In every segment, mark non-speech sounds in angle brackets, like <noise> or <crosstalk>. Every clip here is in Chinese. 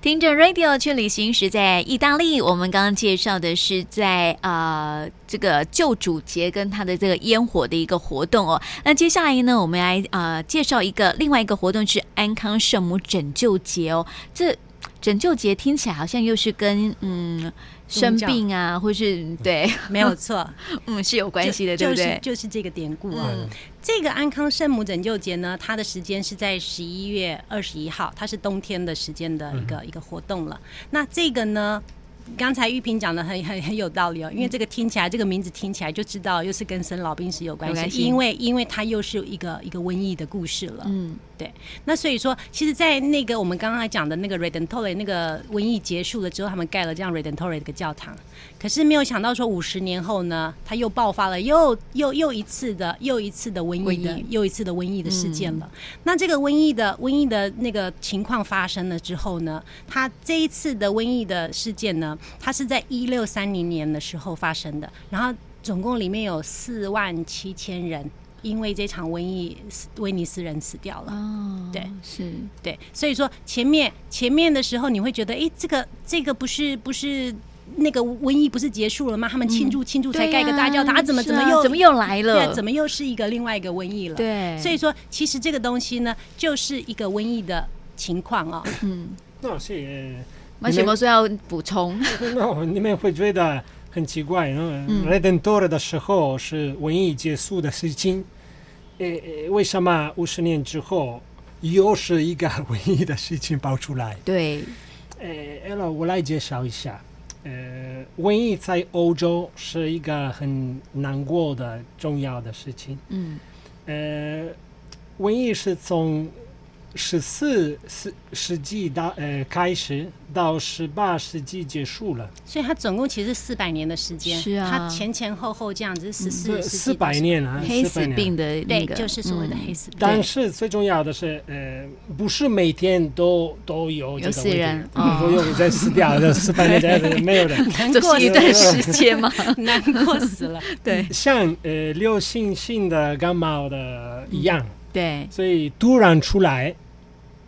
听着 Radio 去旅行时，在意大利，我们刚刚介绍的是在呃这个救主节跟它的这个烟火的一个活动哦。那接下来呢，我们来呃介绍一个另外一个活动是安康圣母拯救节哦。这拯救节听起来好像又是跟嗯生宗教病啊，或是对 <laughs> 没有错，嗯是有关系的，对就不对？就是就是这个典故啊、嗯这个安康圣母拯救节呢，它的时间是在十一月二十一号，它是冬天的时间的一个、一个活动了。那这个呢？刚才玉萍讲的很很 <laughs> 很有道嗯理哦，因为这个听起来，这个名字听起来就知道又是跟生老病死有关系，有关系因为因为它又是一个一个瘟疫的故事了。嗯对，那所以说，其实，在那个我们刚刚讲的那个 Redentore 那个瘟疫结束了之后，他们盖了这样 Redentore 这个教堂，可是没有想到说五十年后呢，它又爆发了又又又一次的又一次的瘟疫的瘟疫嗯又一次的瘟疫的事件了。那这个瘟疫的瘟疫的那个情况发生了之后呢，它这一次的瘟疫的事件呢，它是在一六三零年的时候发生的，然后总共里面有四万七千人。因为这场瘟疫，死威尼斯人死掉了。哦对是对，所以说前面前面的时候，你会觉得，诶，这个这个不是不是那个瘟疫不是结束了吗？他们庆祝、庆祝才盖个大教堂，嗯对呀啊怎么是怎么啊又怎么又来对了？怎么又是一个另外一个瘟疫了？，对，所以说其实这个东西呢，就是一个瘟疫的情 <coughs> 况哦。嗯，那是，马雪国说要补充，那我你们会觉得很奇怪，嗯嗯，Redentore 的时候是文艺结束的事情，呃，呃为什么五十年之后又是一个 <laughs> 文艺的事情爆出来？对，呃，那我来介绍一下。呃，瘟疫在欧洲是一个很难过的重要的事情。嗯呃，瘟疫是从十四世世纪到呃开始，到十八世纪结束了，所以它总共其实四百年的时间，是啊嗯它前前后后这样子十四四百，年啊，黑四百死年。病的对那，个，嗯就是所谓的黑死死病。但是最重要的是，呃，不是每天都都有有这个死瘟疫人哦都有在死掉的，四百年 <laughs> 的没有的。难这过是一死段时间吗？难过死了，对像呃流行性的感冒的一样，对，所以突然出来，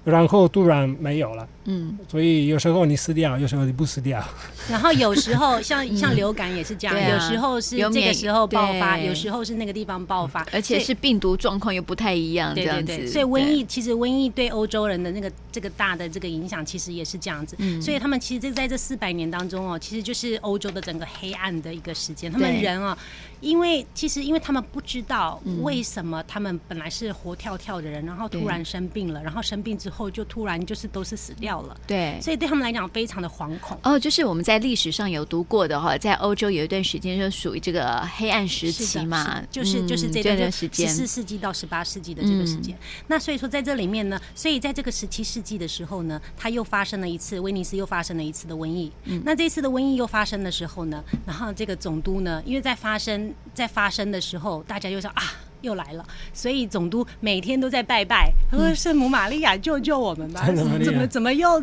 然后突然没有了，嗯，所以有时候你死掉，有时候你不死掉。然后有时候像像流感也是这样，对啊有时候是有这免个时候爆发，对有时候是那个地方爆发，而且所以是病毒状况又不太一样，这对样对子，对，所以瘟疫其实瘟疫对欧洲人的那个这个大的这个影响，其实也是这样子。嗯所以他们其实这在这四百年当中哦，其实就是欧洲的整个黑暗的一个时间。他们对嗯人哦，因为其实因为他们不知道为什么他们本来是活跳跳的人，然后突对然生病了，然后生病之后就突然就是都是死掉了，对。所以对他们来讲非常的惶恐。哦，就是我们在历史上有读过的哈，在欧洲有一段时间就属于这个黑暗时是期的嘛是，就是就是嗯这这段段时间嗯十，四世纪到十八世纪的这个时间。那所以说在这里面呢，所以在这个十七世纪的时候呢，它又发生了一次威尼斯又发生了一次的瘟疫。嗯那这次的瘟疫又发生的时候呢，然后这个总督呢，因为在发生在发生的时候，大家又说啊。又来了，所以总督每天都在拜拜，他嗯说：“圣母玛利亚救救我们吧！圣母玛利亚怎么怎么又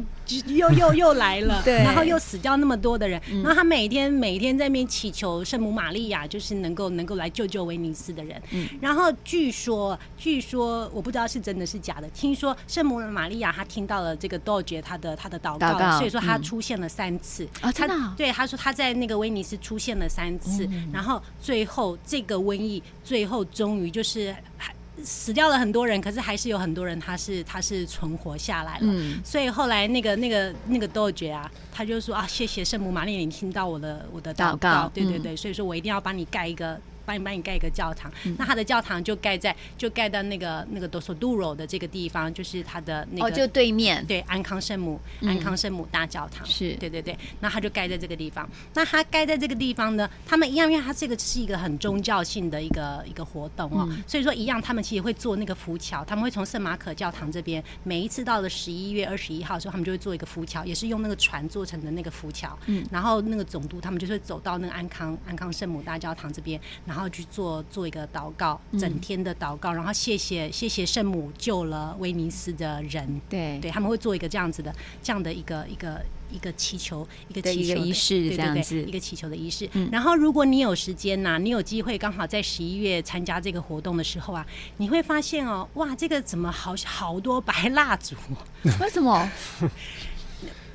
又又又来了？ <laughs> 对嗯然后又死掉那么多的人，然后他每天每天在那边祈求圣母玛利亚，就是能够能够来救救威尼斯的人。嗯然后据说，据说我不知道是真的是假的，听说圣母玛利亚她听到了这个多爵他的他的祷告，祷告所以说她嗯出现了三次。啊他真的啊嗯对他说他在那个威尼斯出现了三次，然后最后这个瘟疫最后终于就是还死掉了很多人，可是还是有很多人他是他是存活下来了。嗯，所以后来那个那个那个多爵啊，他就说啊，谢谢圣母玛丽，你听到我的我的祷祷告对对嗯对，所以说我一定要帮你盖一个。帮你帮你盖一个教堂，那他的教堂就盖在就盖到那个那个多索杜罗的这个地方，就是他的那个、哦，就对 <laughs> 面，对安康圣母、嗯安康圣母大教堂是对对对，那它就盖在这个地方。那它盖在这个地方呢，他们一样，因为它这个是一个很宗教性的一个一个活动哦，嗯所以说一样，他们其实会做那个浮桥，他们会从圣马可教堂这边，每一次到了十一月二十一号的时候，他们就会做一个浮桥，也是用那个船做成的那个浮桥，嗯然后那个总督他们就会走到那个安康安康圣母大教堂这边，然后去做做一个祷告，嗯整天的祷告，然后谢谢谢谢圣母救了威尼斯的人，对对，他们会做一个这样子的这样的一个一个一个祈求，一个对祈一个求的仪式对这对样对子一个祈求的仪式。嗯然后，如果你有时间呐、你有机会刚好在十一月参加这个活动的时候啊，你会发现哦，哇，这个怎么好好多白蜡烛哦？为什么？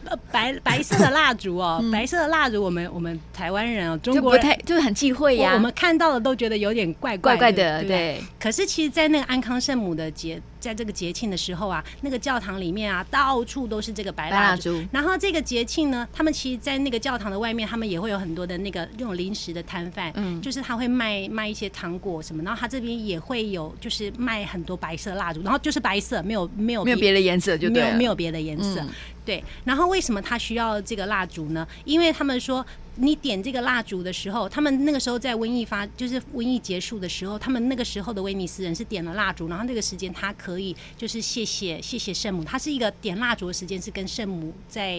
呃白白色的蜡烛哦，白色的蜡烛，我们我们台湾人哦，嗯中就国不人太就很忌讳我呀我，们看到了都觉得有点怪怪怪的，的，不对。对，可是其实，在那个安康圣母的节，在这个节庆的时候啊，那个教堂里面啊，到处都是这个白白蜡蜡烛。烛，然后这个节庆呢，他们其实，在那个教堂的外面，他们也会有很多的那个那种零食的摊贩，嗯就是他会卖卖一些糖果什么，然后他这边也会有就是卖很多白色蜡烛，然后就是白色，没有没有没有别的颜色就没对有了，没有别的颜色。嗯对，然后为什么他需要这个蜡烛呢？因为他们说。你点这个蜡烛的时候，他们那个时候在瘟疫发，就是瘟疫结束的时候，他们那个时候的威尼斯人是点了蜡烛，然后那个时间他可以就是谢谢谢谢圣母，他是一个点蜡烛的时间是跟圣母在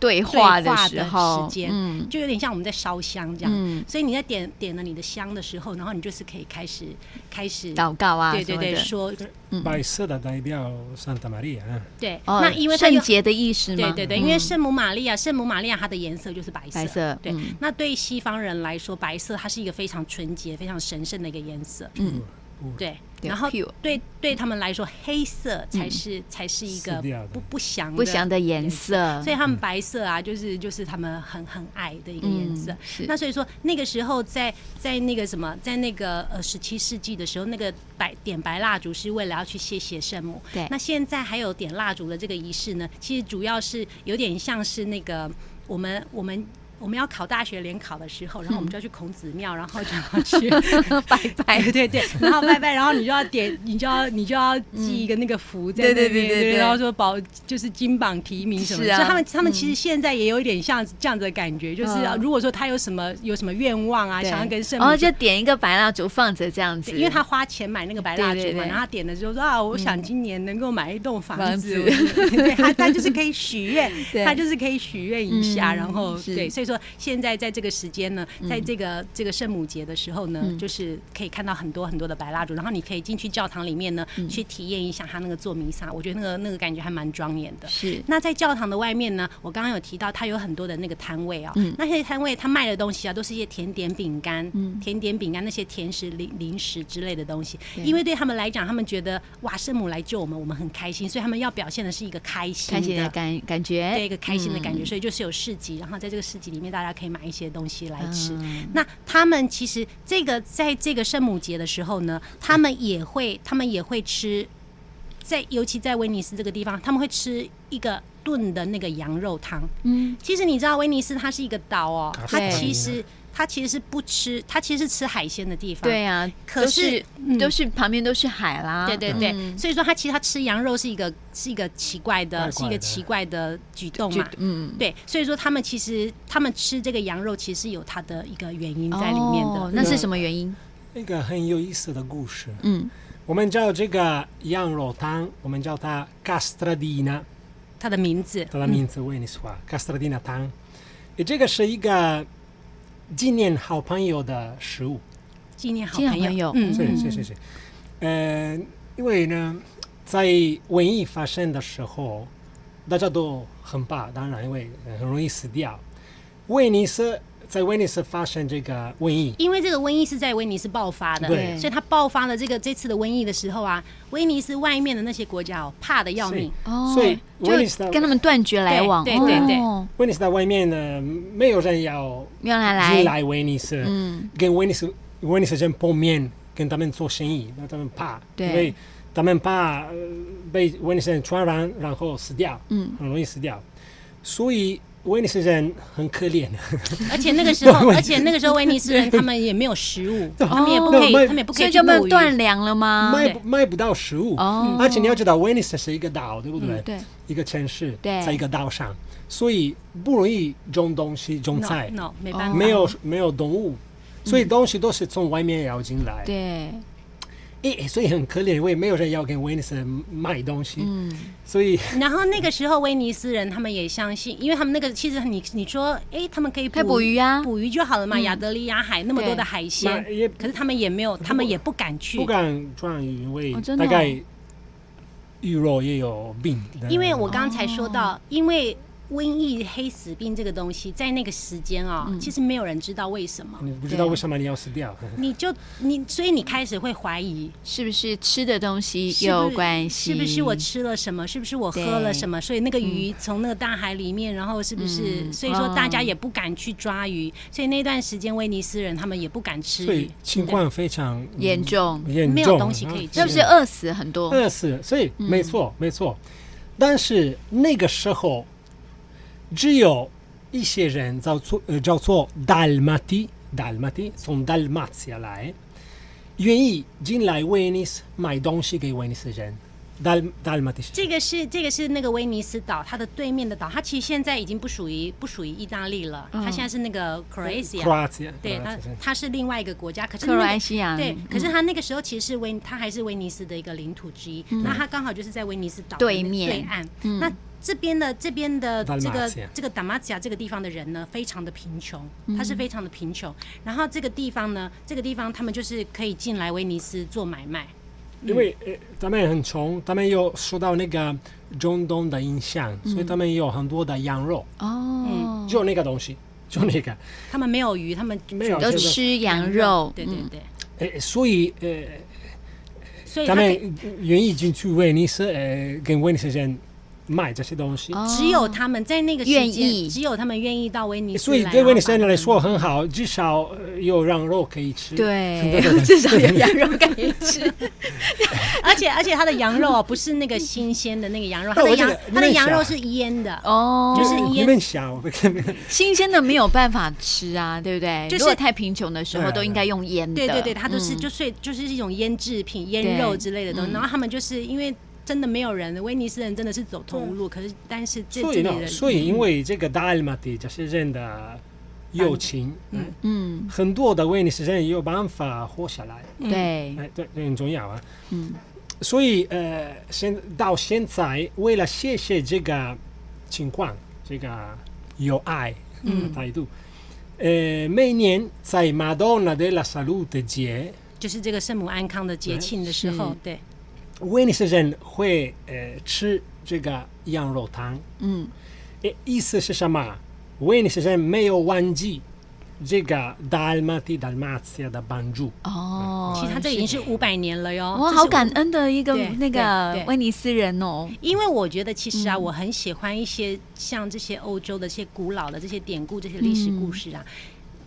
对对话的话时的候，时间嗯就有点像我们在烧香这样。嗯，所以你在点点了你的香的时候，然后你就是可以开始开始，祷告啊，对对对，什么的说白色的代表 Santa Maria 啊。对。哦，那因为它圣有洁的意思对嘛，对对，嗯因为圣母玛利亚，圣母玛利亚她的颜色就是白色。白色，对嗯，那对西方人来说，白色它是一个非常纯洁、非常神圣的一个颜色。嗯哦对，对然后 pure 嗯对对他们来说，黑色才是、才是一个色调的不不祥的不祥的颜色，所以他们白色啊，就是就是他们很很爱的一个颜色。嗯是那所以说，那个时候在在那个什么，在那个呃十七世纪的时候，那个白点白蜡烛是为了要去谢谢圣母。对那现在还有点蜡烛的这个仪式呢，其实主要是有点像是那个我们我们。我们要考大学联考的时候，然后我们就要去孔子庙，然后就要 <laughs> 去 <laughs> 拜拜，对对对，然后拜拜，然后你就要点， <laughs> 你就要你就要记一个那个符在那对边，对对对对然后说保就是金榜题名什么是的，啊所以他们他们其实现在也有一点像这样子的感觉，就是啊嗯如果说他有什么有什么愿望啊，对想要跟圣然后母。哦就点一个白蜡烛放着这样子，对因为他花钱买那个白蜡烛嘛，对对对嗯然后他点了之后说啊，我想今年能够买一栋房房子，子我就 <laughs> 对他他就是可以许愿 <laughs> 对，他就是可以许愿一下，嗯然后是嗯对，所以说现在在这个时间呢，在这个这个圣母节的时候呢，就是可以看到很多很多的白蜡烛，然后你可以进去教堂里面呢，嗯去体验一下他那个做弥撒，我觉得那个那个感觉还蛮庄严的。是那在教堂的外面呢，我刚刚有提到，它有很多的那个摊位啊、嗯那些摊位它卖的东西啊，都是一些甜点、饼干、嗯甜点、饼干那些甜食、零零食之类的东西。对因为对他们来讲，他们觉得哇，圣母来救我们，我们很开心，所以他们要表现的是一个开心开心的的。感感觉，对一个开心的感觉，嗯所以就是有市集，然后在这个市集里面，大家可以买一些东西来吃。嗯那他们其实这个在这个圣母节的时候呢，他们也会，他们也会吃，在尤其在威尼斯这个地方，他们会吃一个炖的那个羊肉汤。嗯，其实你知道，威尼斯它是一个岛哦，它对其实它其实是不吃，它其实是吃海鲜的地方。对啊，可都是是嗯都是旁边都是海啦，对对对，嗯所以说它其实它吃羊肉是一个是一个奇怪的，怪怪的是一个奇怪的举动就嘛。嗯。对，所以说他们其实他们吃这个羊肉，其实有它的一个原因在里面的。哦，那是什么原因？一个很有意思的故事。嗯，我们叫这个羊肉汤，我们叫它 castradina，它的名字，它的名字威尼斯话啊 castradina 汤。诶，这个是一个纪念好朋友的食物。纪念好纪念好朋朋友友，嗯，是是是是，呃，因为呢，在瘟疫发生的时候，大家都很怕，当然因为呃很容易死掉。威尼斯在威尼斯发生这个瘟疫，因为这个瘟疫是在威尼斯爆发的，对所以它爆发了这个这次的瘟疫的时候啊，威尼斯外面的那些国家哦，怕的要所以命，哦，所以就威尼斯的跟他们断绝来往，对对对哦威尼斯在外面呢，没有人要原来进来，来威尼斯，嗯，跟威尼斯威尼斯人碰面，跟他们做生意，让他们怕，对因为他们怕、呃被威尼斯人传染，然后死掉，嗯，很容易死掉，所以威尼斯人很可怜。而且那 <laughs> 个时候，而且那个时候威尼斯人他们也没有食物，他们也不可以，那他们也不哦所可以以去就没有捕鱼，断粮了吗？ <laughs> 卖对不卖不到食物。啊嗯哦，嗯而且你要知道，威尼斯是一个岛，对不对？对，一个城市，对在一个岛上，所以不容易种东西、种 no 菜， no 没办法，哦没有没有动物，所嗯以东西都是从外面要进来。对，诶，所以很可怜，因为没有人要跟威尼斯人卖东西，嗯，所以然后那个时候威尼斯人他们也相信，因为他们那个其实你你说，哎，他们可以可以捕鱼啊捕鱼就好了嘛，亚得里亚海那么多的海鲜那，也可是他们也没有，他们也不敢去不，敢转移，因为哦真的大哦概鱼肉也有病的。因为我刚才说到，因为瘟疫、黑死病这个东西，在那个时间啊、嗯其实没有人知道为什么，你不知道为什么你要死掉。你就你，所以你开始会怀疑，是不是吃的东西是不有是关系？是不是我吃了什么？是不是我喝了什么？所以那个鱼从那个大海里面，然后是不是？嗯所以说哦大家也不敢去抓鱼，所以那段时间威尼斯人他们也不敢吃所鱼以。情况非常嗯严重？严重，嗯没有东西可以吃是不是饿死很多？饿死，所以嗯没错、没错。但是那个时候，只有一些人叫做呃叫做 Dalmati，Dalmati 从 Dalmatia 来，愿意进来威尼斯买东西给威尼斯人。Dal Dalmati 这个是这个是那个威尼斯岛，它的对面的岛，它其实现在已经不属于不属于意大利了，嗯它现在是那个 Croatia， Croatia，对，它它是另外一个国家，可是克那罗个埃西亚对嗯，可是它那个时候其实是威，它还是威尼斯的一个领土之一，那它刚好就是在威尼斯岛嗯的对面嗯对岸，那。这边的这边的这个 Dalmatia 这个达马西亚这个地方的人呢，非常的贫穷，嗯他是非常的贫穷。然后这个地方呢，这个地方他们就是可以进来威尼斯做买卖，因为呃他们很穷，他们有受到那个中东的影响，所嗯以他们有很多的羊肉，哦，嗯就那个东西，就那个。他们没有鱼，他们没有都这个吃羊肉，对对嗯对，呃，所以呃，所以他他可以们愿意进去威尼斯，呃，跟威尼斯人卖这些东西，哦只有他们在那个时愿间意只有他们愿意到威尼斯所来，哦以对威尼斯人来然后说很好，至少呃有羊肉可以吃。哦对， <laughs> 至少有羊肉可以吃。把它，而且而且它的羊肉啊，不是那个新鲜的那个羊肉，它但的我觉羊得它的那羊小肉孩是腌的， <laughs> 哦，就是你腌们想，哦新鲜的没有办法吃啊，对不对？就是如果太贫穷的时候，对啊都应该用腌的。对对对，它都是嗯就是就是一种腌制品、腌肉之类的东西。然后他们就是因为真的没有人，威尼斯人真的是走投无路，可是但是这所这以里呢，的嗯所以因为这个达尔马蒂这些人的友情，嗯，嗯，很多的威尼斯人有办法活下来，嗯对，哎，对，这很重要啊。嗯，所以呃，现到现在，为了谢谢这个情况，这个有爱的态度，呃，每年在 Madonna della Salute 节，就是这个圣母安康的节庆的时候是，对，威尼斯人会呃吃这个羊肉汤。嗯，诶意思是什么？威尼斯人没有忘记这个 Dalmati Dalmatia 的帮助。哦，嗯其实它这已经是五百年了哟。哇，这是哦好500感恩的一个对那个对对威尼斯人哦，因为我觉得其实啊，嗯我很喜欢一些像这些欧洲的这些古老的这些典故、这些历史故事啊。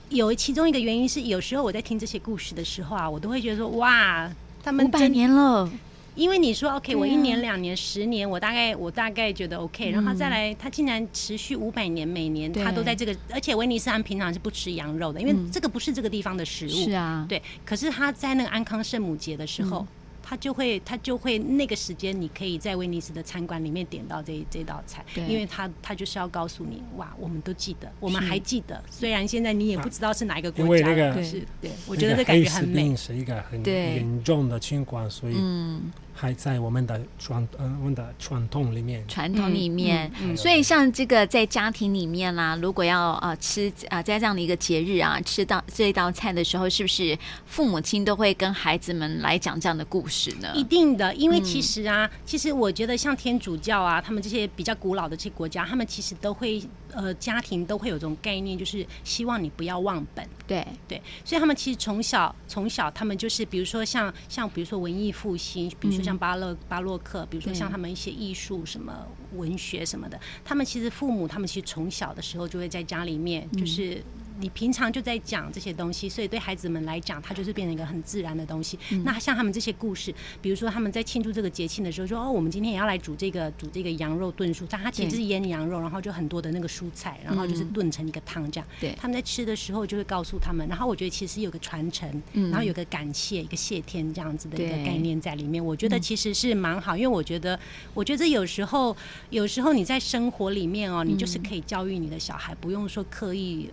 有其中一个原因是，有时候我在听这些故事的时候啊，我都会觉得说，哇，他五们百真年了，因为你说对 OK，、啊嗯我一年、两年、十年，我大概我大概觉得 OK，、然后再来，它竟然持续五百年，每年对嗯它都在这个，而且威尼斯他们平常是不吃羊肉的，因为这个不是这个地方的食物，是啊，对。可是他在那个安康圣母节的时候。嗯他就会，他就会那个时间，你可以在威尼斯的餐馆里面点到这这道菜，对因为他他就是要告诉你，哇，我们都记得，我们还记得，虽然现在你也不知道是哪一个因国为家了，那个可对是对，我觉得那这个感觉黑死很美病。是一个很对严重的情况，所以嗯还在我们的传呃我们的传统里面。传统里面，嗯嗯所以像这个在家庭里面啦、如果要呃吃啊、呃在这样的一个节日啊，吃到这一道菜的时候，是不是父母亲都会跟孩子们来讲这样的故事呢？一定的，嗯因为其实啊，其实我觉得像天主教啊，他们这些比较古老的这些国家，他们其实都会呃，家庭都会有这种概念，就是希望你不要忘本。对，对，所以他们其实从小从小，他们就是比如说像像比如说文艺复兴，比如说像巴勒巴洛克，比如说像他们一些艺术什么文学什么的，他们其实父母他们其实从小的时候就会在家里面，就是你平常就在讲这些东西，所以对孩子们来讲，它就是变成一个很自然的东西。嗯那像他们这些故事，比如说他们在庆祝这个节庆的时候说，哦，我们今天也要来煮这个煮这个羊肉炖蔬，但它其实对是腌羊肉，然后就很多的那个蔬菜，然后就是炖成一个汤这样。对他们在吃的时候就会告诉他们，然后我觉得其实有个传承，嗯然后有个感谢，一个谢天这样子的一个对概念在里面。我觉得其实是蛮好，因为我觉得，我觉得有时候，有时候你在生活里面哦，你嗯就是可以教育你的小孩，不用说刻意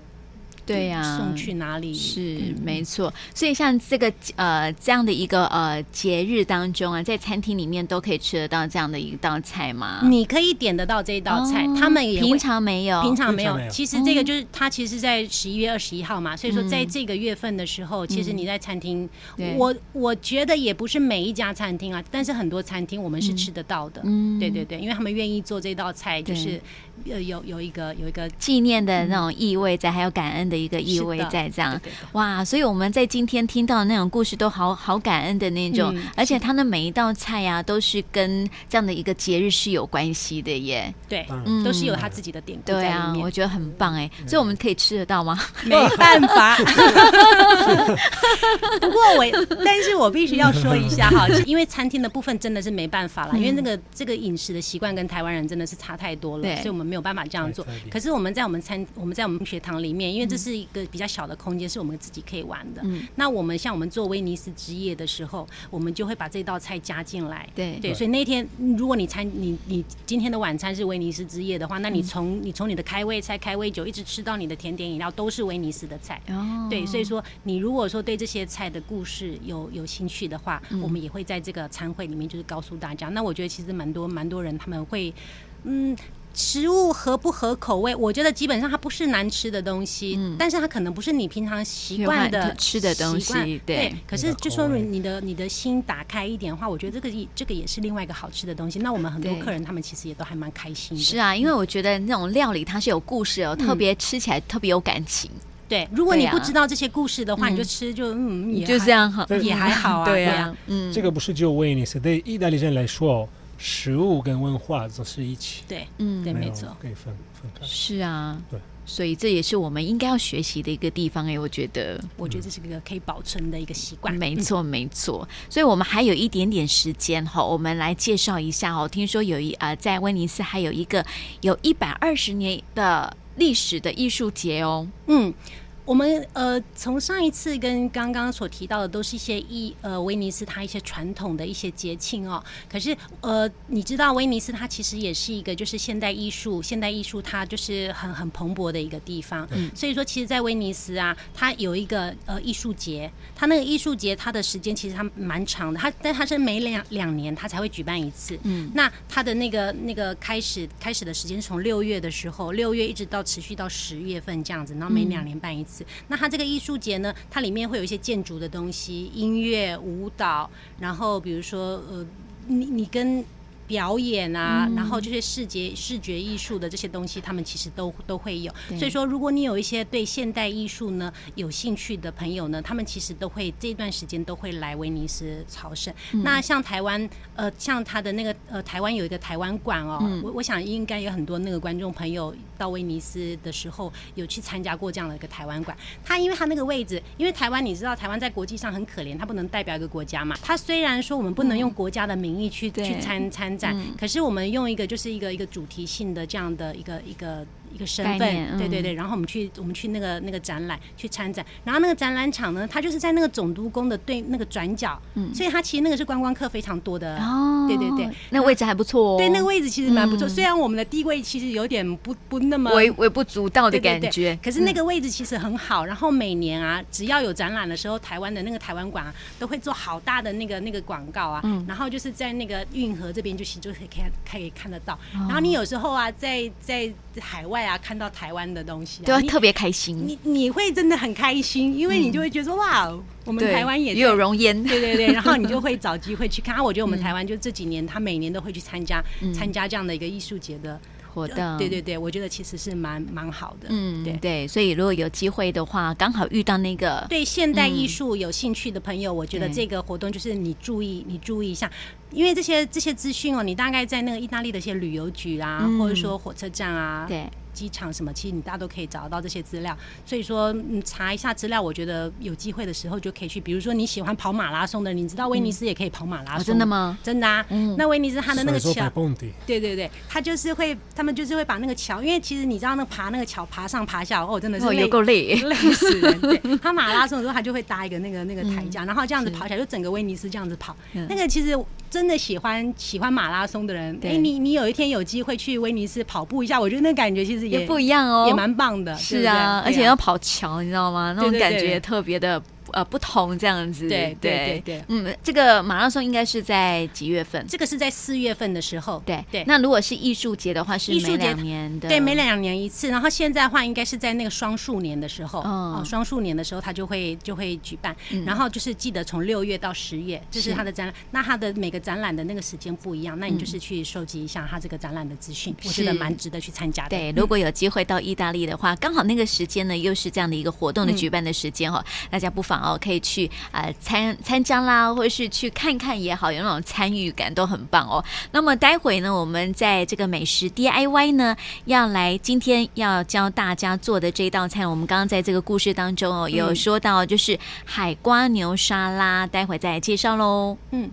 对啊呀、送去哪里。是没错，嗯所以像这个呃这样的一个呃节日当中啊，在餐厅里面都可以吃得到这样的一道菜吗？你可以点得到这一嗯道菜，哦他们也平会哦常没有，哦平常平没常有没，有其实这个就是它，其实，在十一月二十一号嘛，所以说在这个月份的时候，其实你在餐厅嗯对，我我觉得也不是每一家餐嗯厅啊，但是很多餐厅我们是吃得到的，对对对，因为他们愿意做这道菜，就是嗯呃有有一个有一个纪念的嗯那种意味在，还有感恩的一个意味在，这样对对对哇！所以我们在今天听到的那种故事都好好感恩的那种，嗯而且他的每一道菜呀、都是跟这样的一个节日是有关系的耶。对，当然，嗯都是有他自己的典故对在啊里，面嗯我，觉得很棒哎，所以我们可以吃得到吗？没办 <laughs> 法。不过我，但是我必须要说一下 <laughs> 哈，因为餐厅的部分真的是没办法啦，因为那个这个饮食的习惯跟台湾人真的是差太多了对，所以我们没有办法这样做对对对。可是我们在我们餐，我们在我们学堂里面，因为这是一个比较小的空间，是我们自己可以玩的。那我们像我们做威尼斯之夜的时候，我们就会把这道菜加进来。对 <laughs> 对，所以那天嗯如果你餐你你今天的晚餐是威尼斯之夜的话，那你从、你从你的开胃菜、开胃酒一直吃到你的甜点饮料，都是威尼斯的菜。哦对，所以说你如果说对这些菜的故事有有兴趣的话，嗯我们也会在这个餐会里面就是告诉大家。那我觉得其实蛮多蛮多人他们会，嗯。食物合不合口味，我觉得基本上它不是难吃的东西，但是它可能不是你平常习惯嗯喜的欢吃的东西习惯对对。可是就说口味你的你的心打开一点的话，我觉得这个也这个也是另外一个好吃的东西。那我们很多对客人他们其实也都还蛮开心的。是啊，因为我觉得那种料理它是有故事哦，特别吃起来特别有感情，对，如果你对啊不知道这些故事的话，嗯你就吃就嗯，也就还这样哈。对 <laughs> 也还好啊，对对啊，嗯，这个不是只有威尼斯，对意大利人来说，食物跟文化总是一起，对嗯对，没没有错。可以分分开。是啊，对，所以这也是我们应该要学习的一个地方哎，我觉得。我觉得这是个可以保存的一个习惯。嗯没错，没错。所以我们还有一点点时间哈，我们来介绍一下哦。听说有一呃，在威尼斯还有一个有一百二十年的历史的艺术节哦。嗯，我们呃，从上一次跟刚刚所提到的，都是一些一呃威尼斯它一些传统的一些节庆哦。可是呃，你知道威尼斯它其实也是一个就是现代艺术，现代艺术它就是很很蓬勃的一个地方。嗯，所以说其实，在威尼斯啊，它有一个呃艺术节，它那个艺术节它的时间其实它蛮长的，它但它是每两两年它才会举办一次。嗯，那它的那个那个开始开始的时间是从六月的时候，六月一直到持续到十月份这样子，然后每两年办一次。那它这个艺术节呢，它里面会有一些建筑的东西、音乐、舞蹈，然后比如说呃，你你跟表演啊，然后这些视觉视觉艺术的这些东西，他们其实都都会有。对所以说，如果你有一些对现代艺术呢有兴趣的朋友呢，他们其实都会这段时间都会来威尼斯朝圣。那像台湾，呃，像他的那个呃，台湾有一个台湾馆哦，嗯我我想应该有很多那个观众朋友到威尼斯的时候有去参加过这样的一个台湾馆。它因为它那个位置，因为台湾你知道，台湾在国际上很可怜，它不能代表一个国家嘛。它虽然说我们不能用国家的名义去、对嗯去参参展，可是我们用一个就是一个一个主题性的这样的一个一个一个身概份念，对对嗯对。然后我们去我们去那个那个展览去参展，然后那个展览场呢，它就是在那个总督宫的对那个转角，嗯所以它其实那个是观光客非常多的，哦，对对对。，那位置还不错哦。对，那个位置其实蛮不错。虽然我们的地位其实有点不不那么微微不足道的对对感对觉。嗯可是那个位置其实很好，然后每年啊，只要有展览的时候，台湾的那个台湾馆啊，都会做好大的那个那个广告啊，嗯然后就是在那个运河这边就其实就可以看可以看得到。哦然后你有时候啊，在在海外啊看到台湾的东西、啊，都要你特别开心。你你会真的很开心，因为你就会觉得、哇，哦我们嗯对，台湾也在有容 <laughs> 颜。对对对，然后你 <laughs> 就会找机会去看。啊，我觉得我嗯们台湾就这几年，他每年都会去参加、参加这样的一个艺术节的呃活动对对对，我觉得其实是蛮蛮好的。嗯，对。对，所以如果有机会的话，刚好遇到那个对现代艺术有兴趣的朋友，我觉得嗯对这个活动就是你注意，你注意一下，因为这些这些资讯哦，你大概在那个意大利的一些旅游局啊，嗯或者说火车站啊、对机场什么，其实你大家都可以找到这些资料。所以说，嗯查一下资料，我觉得有机会的时候就可以去。比如说你喜欢跑马拉松的，你知道威尼斯也可以跑马哦拉松，真的吗？嗯真的啊，那威尼斯它的那个所以说桥白，蹦迪对对对，它就是会，他们就是会把那个桥，因为其实你知道那爬那个桥，爬上爬下，哦，真的是哦，累有够累。累死人。对，他马拉松的时候，他就会搭一个那个那个台架，然后这样子跑起来，就整个威尼斯这样子跑。嗯那个其实真的喜欢喜欢马拉松的人，对哎，你你有一天有机会去威尼斯跑步一下，我觉得那感觉其实也也不一样哦，也蛮棒的。对是不对啊，而且对要跑桥，你知道吗？那种对对感对觉特别的呃不同这样子。对对对对嗯，这个马拉松应该是在几月份？这个是在四月份的时候，对对。嗯那如果是艺术节的话，是艺术每节两年的，对，每两年一次。然后现在的话，应该是在那个双数年的时候，嗯哦，双数年的时候，它就会就会举办。然后就是记得从六月到十月，这嗯是是它的展览。那它的每个展览的那个时间不一样，那你就嗯是去收集一下它这个展览的资讯，我是觉得蛮值得去参加的。对，嗯如果有机会到意大利的话，刚好那个时间呢，又是这样的一个活动嗯的举办的时间哦，大家不妨哦可以去啊、呃参参加啦，或者是去看看也好，有那种参与感都很棒哦。那么待会呢，我们在这个美食 DIY 呢，要来今天要教大家做的这一道菜，我们刚刚在这个故事嗯当中哦有说到，就是海瓜牛沙拉，待会再来介绍喽。嗯。